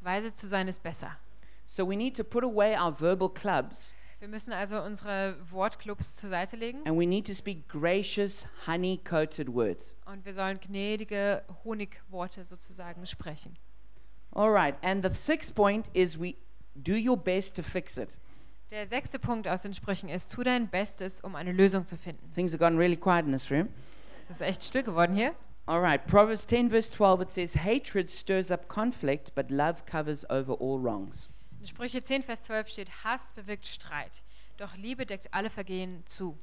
Weise zu sein ist besser. So we need to put away our verbal clubs Wir müssen also unsere Wortclubs zur Seite legen and we need to speak gracious, honey coated words. und wir sollen gnädige Honigworte sozusagen sprechen. All right, and the sixth point is we do your best to fix it. Der sechste Punkt aus den Sprüchen ist, tu dein Bestes, um eine Lösung zu finden. Things have gotten really quiet in this room. Es ist echt still geworden hier. All right, Proverbs 10, verse 12, it says, Hatred stirs up conflict, but love covers over all wrongs. In Sprüche 10, Vers 12 steht, Hass bewirkt Streit, doch Liebe deckt alle Vergehen zu.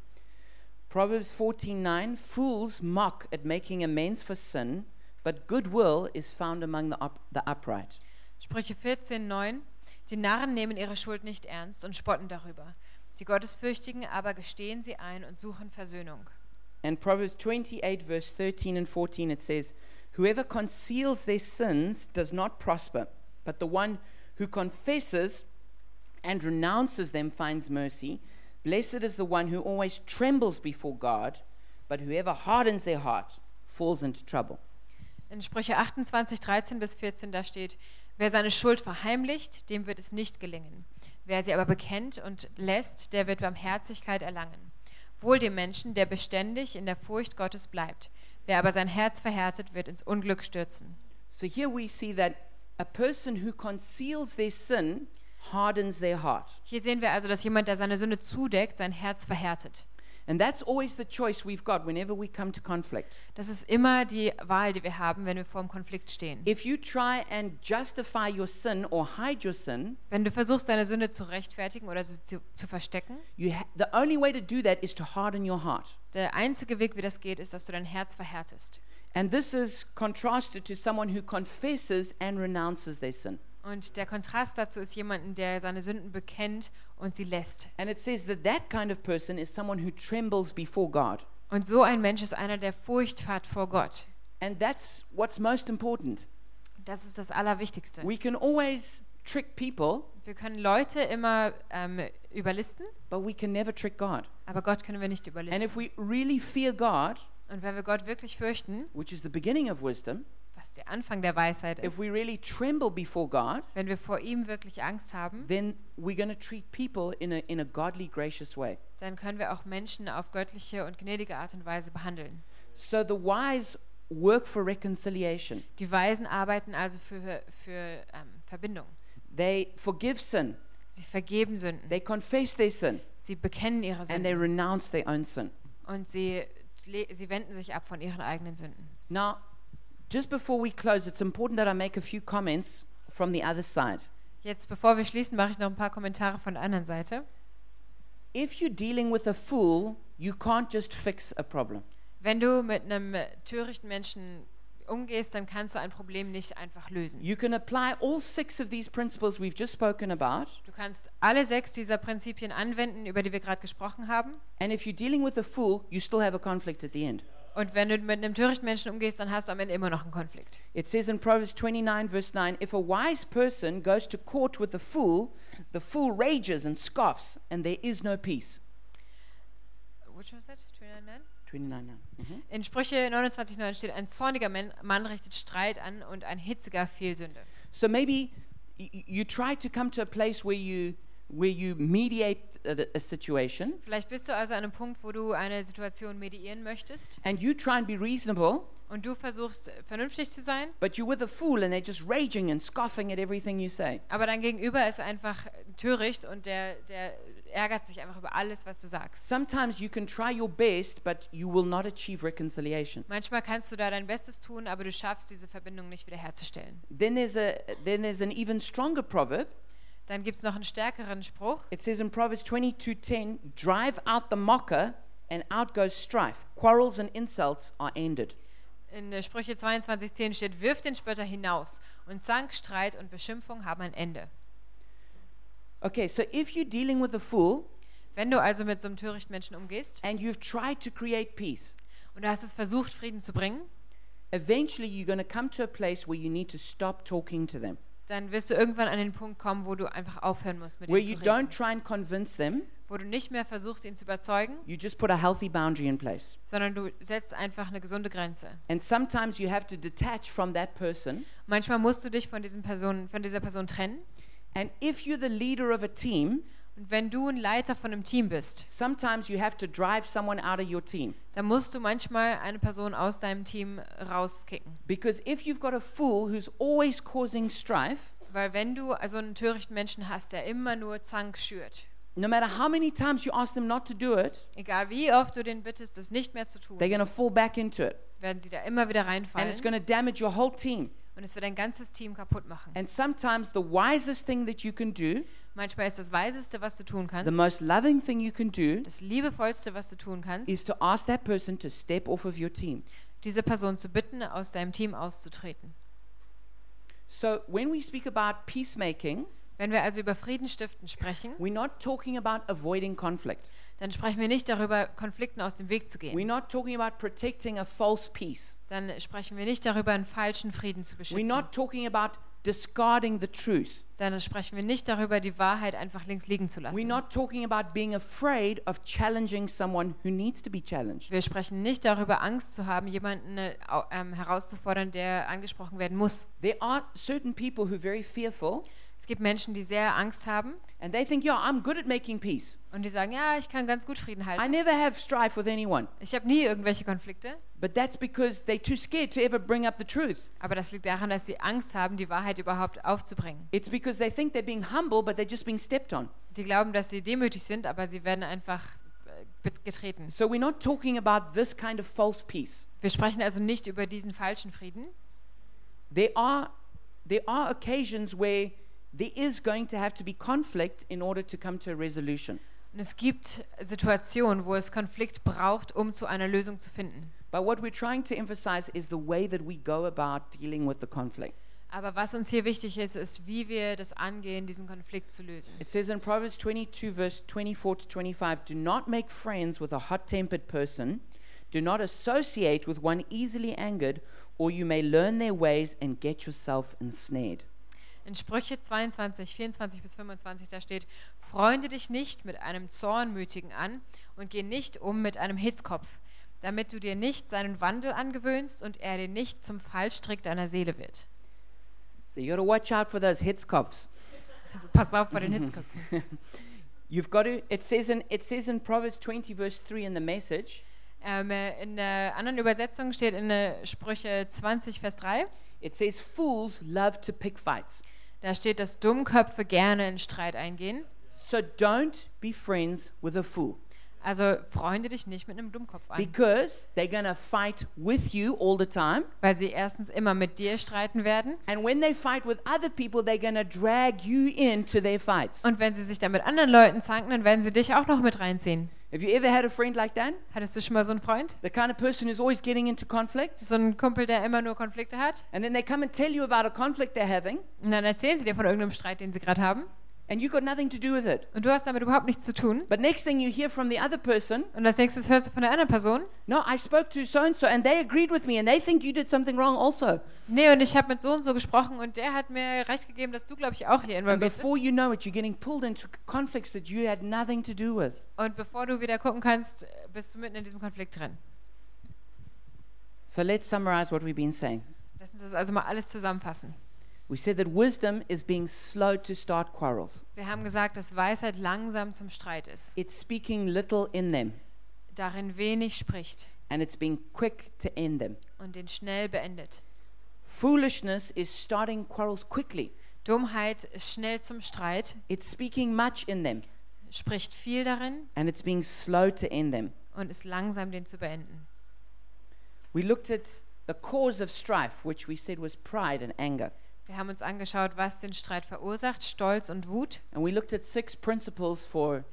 Proverbs 14, 9, fools mock at making amends for sin, but goodwill is found among the, up- the upright. Sprüche 14, 9, die Narren nehmen ihre Schuld nicht ernst und spotten darüber. Die Gottesfürchtigen aber gestehen sie ein und suchen Versöhnung. And Proverbs 28, verse 13 and 14, it says, Whoever conceals their sins does not prosper, but the one who confesses and renounces them finds mercy. Blessed is the one who always trembles before God, but whoever hardens their heart falls into trouble. In Sprüche 28, 13 bis 14, da steht, wer seine Schuld verheimlicht, dem wird es nicht gelingen. Wer sie aber bekennt und lässt, der wird Barmherzigkeit erlangen. Wohl dem Menschen, der beständig in der Furcht Gottes bleibt. Wer aber sein Herz verhärtet, wird ins Unglück stürzen. So here we see that a person who conceals their sin hardens their heart. Hier sehen wir also, dass jemand, der seine Sünde zudeckt, sein Herz verhärtet. And that's always the choice we've got whenever we come to conflict. Das ist immer die Wahl, die wir haben, wenn wir vor dem Konflikt stehen. If you try and justify your sin or hide your sin, Wenn du versuchst, deine Sünde zu rechtfertigen oder sie zu, zu verstecken, you ha- the only way to do that is to harden your heart. der einzige Weg, wie das geht, ist, dass du dein Herz verhärtest. And this is contrasted to someone who confesses and renounces their sin. Und der Kontrast dazu ist jemanden, der seine Sünden bekennt und sie lässt. And it says that that kind of person is someone who trembles before God. Und so ein Mensch ist einer, der Furcht hat vor Gott. And that's what's most important. Das ist das Allerwichtigste. We can always trick people, Wir können Leute immer ähm, überlisten, but we can never trick God. aber Gott können wir nicht And überlisten. if we really fear God, Und wenn wir Gott wirklich fürchten, which is the beginning of wisdom, was der Anfang der Weisheit if ist, we really tremble before God, wenn wir vor ihm wirklich Angst haben, then we're going to treat people in a, in a godly, gracious way. dann können wir auch Menschen auf göttliche und gnädige Art und Weise behandeln. So the wise work for reconciliation. Die Weisen arbeiten also für, für ähm, Verbindung. They forgive sin, Sie vergeben Sünden, they confess their sin, sie bekennen ihre and Sünden. they renounce their own sin. und sie, le- sie wenden sich ab von ihren eigenen Sünden. Now, just before we close, it's important that I make a few comments from the other side. Jetzt, bevor wir schließen, mache ich noch ein paar Kommentare von der anderen Seite. If you're dealing with a fool, you can't just fix a problem. Wenn du mit einem äh, törichten Menschen umgehst, dann kannst du ein Problem nicht einfach lösen. You can apply all six of these principles we've just spoken about. Du kannst alle sechs dieser Prinzipien anwenden, über die wir gerade gesprochen haben. And if you're dealing with a fool, you still have a conflict at the end. Und wenn du mit einem törichten Menschen umgehst, dann hast du am Ende immer noch einen Konflikt. It says in Proverbs 29, verse 9 If a wise person goes to court with a fool, the fool rages and scoffs, and there is no peace. Which was it? 29? 29 now. Mhm. In Sprüche 29,9 steht: Ein zorniger Man- Mann richtet Streit an und ein hitziger Fehlsünde. So maybe y- y- you try to come to a place where you, where you mediate a, the- a situation Vielleicht bist du also an einem Punkt, wo du eine Situation mediieren möchtest. and you try and be reasonable, und du versuchst vernünftig zu sein, but you're with a fool and they're just raging and scoffing at everything you say. aber dein Gegenüber ist einfach töricht und der, der ärgert sich einfach über alles, was du sagst. Sometimes you can try your best, but you will not achieve reconciliation. Manchmal kannst du da dein Bestes tun, aber du schaffst diese Verbindung nicht wiederherzustellen. Then there's, a, then there's an even stronger proverb Dann gibt es noch einen stärkeren Spruch. It says in Proverbs 22:10, "Drive out the mocker, and out goes strife. Quarrels and insults are ended." In äh, Sprüche 22,10 steht: Wirf den Spötter hinaus und Zank, Streit und Beschimpfung haben ein Ende. Okay, so if you're dealing with a fool Wenn du also mit so einem törichten Menschen umgehst and you've tried to create peace, und du hast es versucht, Frieden zu bringen, eventually you're going to come to a place where you need to stop talking to them. dann wirst du irgendwann an den Punkt kommen, wo du einfach aufhören musst, mit Where ihnen you zu reden. don't try and convince them, Wo du nicht mehr versuchst, ihn zu überzeugen, you just put a healthy boundary in place. sondern du setzt einfach eine gesunde Grenze. And sometimes you have to detach from that person. Manchmal musst du dich von, diesen Personen, von dieser Person trennen. And if you're the leader of a team, Und wenn du ein Leiter von einem Team bist, Sometimes you have to drive someone out of your team dann musst du manchmal eine Person aus deinem Team rauskicken. because if you've got a fool who's always causing strife, Weil wenn du also einen törichten Menschen hast, der immer nur Zank schürt, no matter how many times you ask them not to do it, egal wie oft du den bittest, das nicht mehr zu tun, they're going to fall back into it. werden sie da immer wieder And reinfallen it's going to damage your whole team. und es wird dein ganzes Team kaputt machen. And sometimes the wisest thing that you can do, Manchmal ist das Weiseste, was du tun the kannst, most loving thing you can do, das Liebevollste, was du tun kannst, is to ask that person to step off of your team. diese Person zu bitten, aus deinem Team auszutreten. So when we speak about peacemaking, Wenn wir also über Frieden stiften sprechen, we're not talking about avoiding conflict. dann sprechen wir nicht darüber, Konflikten aus dem Weg zu gehen. We're not talking about protecting a false peace. Dann sprechen wir nicht darüber, einen falschen Frieden zu We're beschützen. not talking about discarding the truth. Dann sprechen wir nicht darüber, die Wahrheit einfach links liegen zu We're lassen. not talking about being afraid of challenging someone who needs to be challenged. Wir sprechen nicht darüber, Angst zu haben, jemanden äh, au- ähm, herauszufordern, der angesprochen werden muss. There are certain people who are very fearful Es gibt Menschen, die sehr Angst haben and they think, yeah, I'm good at making peace. und die sagen, ja, ich kann ganz gut Frieden I halten. never have strife with anyone. Ich habe nie irgendwelche Konflikte. But that's because they're too scared to ever bring up the truth. Aber das liegt daran, dass sie Angst haben, die Wahrheit überhaupt aufzubringen. It's because they think they're being humble, but they're just being stepped on. Die glauben, dass sie demütig sind, aber sie werden einfach äh, bet- getreten. So we're not talking about this kind of false peace. Wir sprechen also nicht über diesen falschen Frieden. There are, there are occasions where there is going to have to be conflict in order to come to a resolution. Und es gibt Situationen, wo es Konflikt braucht, um zu einer Lösung zu finden. But what we're trying to emphasize is the way that we go about dealing with the conflict. Aber was uns hier wichtig ist, ist, wie wir das angehen, diesen Konflikt zu lösen. It says in Proverbs 22, verse 24 to 25 Do not make friends with a hot tempered person. Do not associate with one easily angered, or you may learn their ways and get yourself ensnared. In Sprüche 22, 24 bis 25, da steht, Freunde dich nicht mit einem Zornmütigen an und geh nicht um mit einem Hitzkopf, damit du dir nicht seinen Wandel angewöhnst und er dir nicht zum Fallstrick deiner Seele wird. So you got to watch out for those hitzkopfs. Also pass auf vor den Hitzköpfen. You've got to. It says in it says in Proverbs 20 verse 3 in the message. Ähm, äh, in der anderen Übersetzung steht in äh, Sprüche 20, Vers 3, It says fools love to pick fights. da steht, dass Dummköpfe gerne in Streit eingehen. So don't be friends with a fool Also freunde dich nicht mit einem Dummkopf an, because they're going to fight with you all the time. weil sie erstens immer mit dir streiten werden And when they fight with other people, they're going to drag you into their fights. und wenn sie sich dann mit anderen Leuten zanken, dann werden sie dich auch noch mit reinziehen. Have you ever had a friend like that? Hattest du schon mal so einen Freund? The kind of person who's always getting into conflicts? So einen Kumpel, der immer nur Konflikte hat? And then they come and tell you about a conflict they're having, Und dann erzählen sie dir von irgendeinem Streit, den sie gerade haben and you've got nothing to do with it. und du hast damit überhaupt nichts zu tun. But next thing you hear from the other person, Und als nächstes hörst du von der anderen Person, no, I spoke to so and so, and they agreed with me, and they think you did something wrong also. nee, und ich habe mit so und so gesprochen und der hat mir recht gegeben, dass du, glaube ich, auch hier And involviert bist. before you know it, you're getting pulled into conflicts that you had nothing to do with. Und bevor du wieder gucken kannst, bist du mitten in diesem Konflikt drin. So let's summarize what we've been saying. Lass uns das also mal alles zusammenfassen. We said that wisdom is being slow to start quarrels, Wir haben gesagt, dass Weisheit langsam zum Streit ist, it's speaking little in them. darin wenig spricht and it's being quick to end them. und den schnell beendet. Foolishness is starting quarrels quickly. Dummheit ist schnell zum Streit, It's speaking much in them, spricht viel darin and it's being slow to end them. und ist langsam, den zu beenden. We looked at the cause of strife, which we said was pride and anger. Wir haben uns angeschaut, was den Streit verursacht, Stolz und Wut. And we looked at six principles for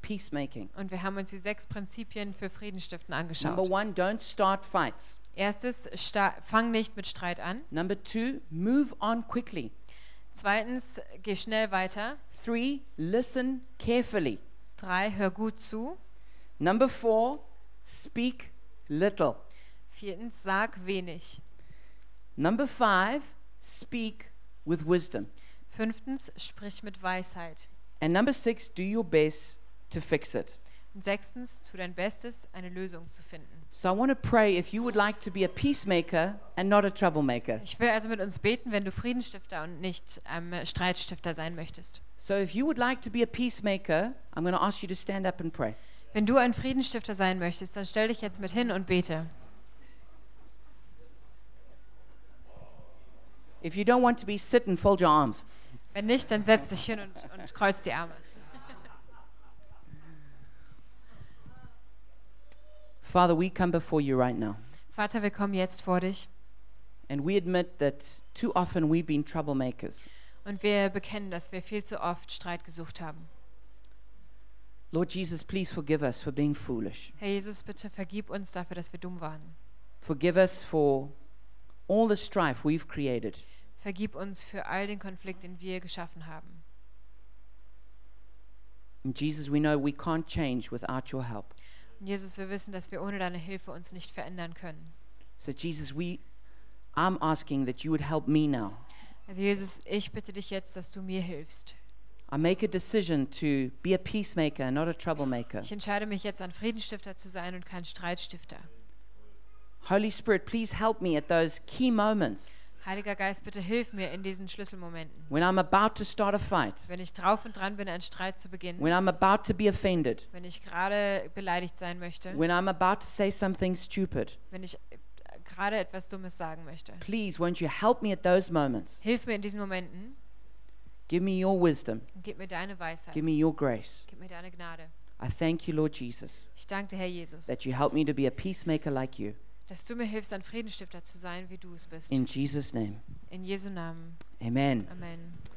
peacemaking. Und wir haben uns die sechs Prinzipien für Friedenstiften Number angeschaut. one, don't start fights. Erstes, sta- fang nicht mit Streit an. Number two, move on quickly. Zweitens, geh schnell weiter. Three, listen carefully. Drei, hör gut zu. Number four, speak little. Viertens, sag wenig. Number five, speak with wisdom. Fünftens, sprich mit Weisheit. And number six, do your best to fix it. Und sechstens, tu dein Bestes, eine Lösung zu finden. So I want to pray if you would like to be a peacemaker and not a troublemaker. Ich will also mit uns beten, wenn du Friedenstifter und nicht ähm, Streitstifter sein möchtest. So if you would like to be a peacemaker, I'm going to ask you to stand up and pray. Wenn du ein Friedenstifter sein möchtest, dann stell dich jetzt mit hin und bete. If you don't want to be, sit and fold your arms. Wenn nicht, dann setz dich hin und, und kreuz die Arme. Father, we come before you right now Vater, wir kommen jetzt vor dich and we admit that too often we've been troublemakers. und wir bekennen, dass wir viel zu oft Streit gesucht haben. Lord Jesus, please forgive us for being foolish. Herr Jesus, bitte vergib uns dafür, dass wir dumm waren. Forgive us for all the strife we've created. Vergib uns für all den Konflikt, den wir geschaffen haben. And Jesus, we know we can't change without your help. Und Jesus, wir wissen, dass wir ohne deine Hilfe uns nicht verändern können. So Jesus, we I'm asking that you would help me now. Also Jesus, ich bitte dich jetzt, dass du mir hilfst. I make a decision to be a peacemaker and not a troublemaker. Ich entscheide mich jetzt, ein Friedenstifter zu sein und kein Streitstifter. Holy Spirit, please help me at those key moments Heiliger Geist, bitte hilf mir in diesen Schlüsselmomenten. when I'm about to start a fight, Wenn ich drauf und dran bin, einen Streit zu beginnen, when I'm about to be offended, wenn ich gerade beleidigt sein möchte, when I'm about to say something stupid. wenn ich äh, gerade etwas Dummes sagen möchte. Please, won't you help me at those moments? Hilf mir in diesen Momenten Give me your wisdom. und gib mir deine Weisheit. Give me your grace. Gib mir deine Gnade. I thank you, Lord Jesus, Ich danke dir, Herr Jesus, that you help me to be a peacemaker like you. dass du mir hilfst, ein Friedenstifter zu sein, wie du es bist. In Jesus' name, In Jesu Namen. amen. Amen.